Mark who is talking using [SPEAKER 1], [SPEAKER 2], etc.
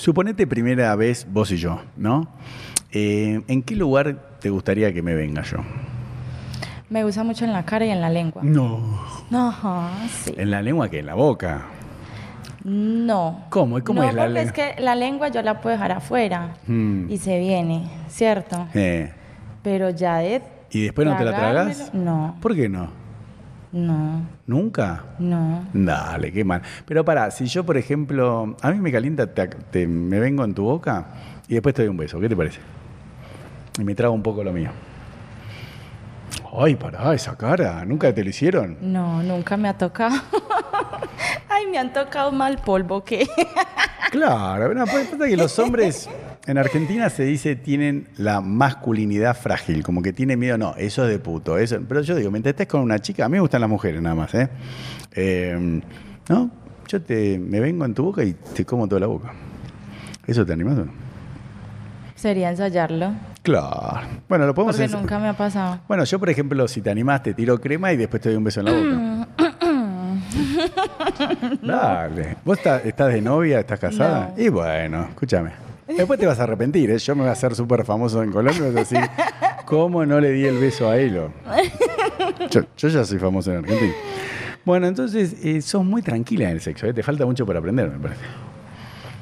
[SPEAKER 1] Suponete primera vez vos y yo, ¿no? Eh, ¿En qué lugar te gustaría que me venga yo?
[SPEAKER 2] Me gusta mucho en la cara y en la lengua.
[SPEAKER 1] No.
[SPEAKER 2] No, sí.
[SPEAKER 1] ¿En la lengua que ¿En la boca?
[SPEAKER 2] No.
[SPEAKER 1] ¿Cómo? ¿Y cómo
[SPEAKER 2] no,
[SPEAKER 1] es la
[SPEAKER 2] porque
[SPEAKER 1] lengua?
[SPEAKER 2] es que la lengua yo la puedo dejar afuera
[SPEAKER 1] Mm.
[SPEAKER 2] y se viene, ¿cierto?
[SPEAKER 1] Eh,
[SPEAKER 2] Pero ya de...
[SPEAKER 1] ¿Y después no te la
[SPEAKER 2] tragármelo-
[SPEAKER 1] tragas?
[SPEAKER 2] No,
[SPEAKER 1] ¿Por qué no?
[SPEAKER 2] no,
[SPEAKER 1] ¿Nunca?
[SPEAKER 2] no.
[SPEAKER 1] Dale, qué mal. Pero pará, si yo, por ejemplo, a mí me calienta, te, te- me vengo en tu boca y después te doy un beso, ¿qué te parece? Y me trago un poco lo mío. Ay, pará, esa cara, nunca te lo hicieron.
[SPEAKER 2] No, nunca me ha tocado. Ay, me han tocado mal polvo que.
[SPEAKER 1] Claro, bueno, pues pasa que los hombres en Argentina se dice tienen la masculinidad frágil, como que tienen miedo, no, eso es de puto, eso. Pero yo digo, mientras estés con una chica, a mí me gustan las mujeres nada más, ¿eh? Eh, no, yo te, me vengo en tu boca y te como toda la boca. ¿Eso te animás o no?
[SPEAKER 2] Sería ensayarlo.
[SPEAKER 1] Claro. Bueno, lo podemos
[SPEAKER 2] Porque
[SPEAKER 1] ens-
[SPEAKER 2] nunca me ha pasado.
[SPEAKER 1] Bueno, yo por ejemplo, si te animás, te tiro crema y después te doy un beso en la boca. Dale. ¿Vos está- estás de novia? ¿Estás casada?
[SPEAKER 2] No.
[SPEAKER 1] Y bueno, escúchame. Después te vas a arrepentir, ¿eh? Yo me voy a hacer súper famoso en Colombia, vas a decir, ¿cómo no le di el beso a Elo? Yo, yo ya soy famoso en Argentina. Bueno, entonces, eh, sos muy tranquila en el sexo, ¿eh? Te falta mucho por aprender, me parece.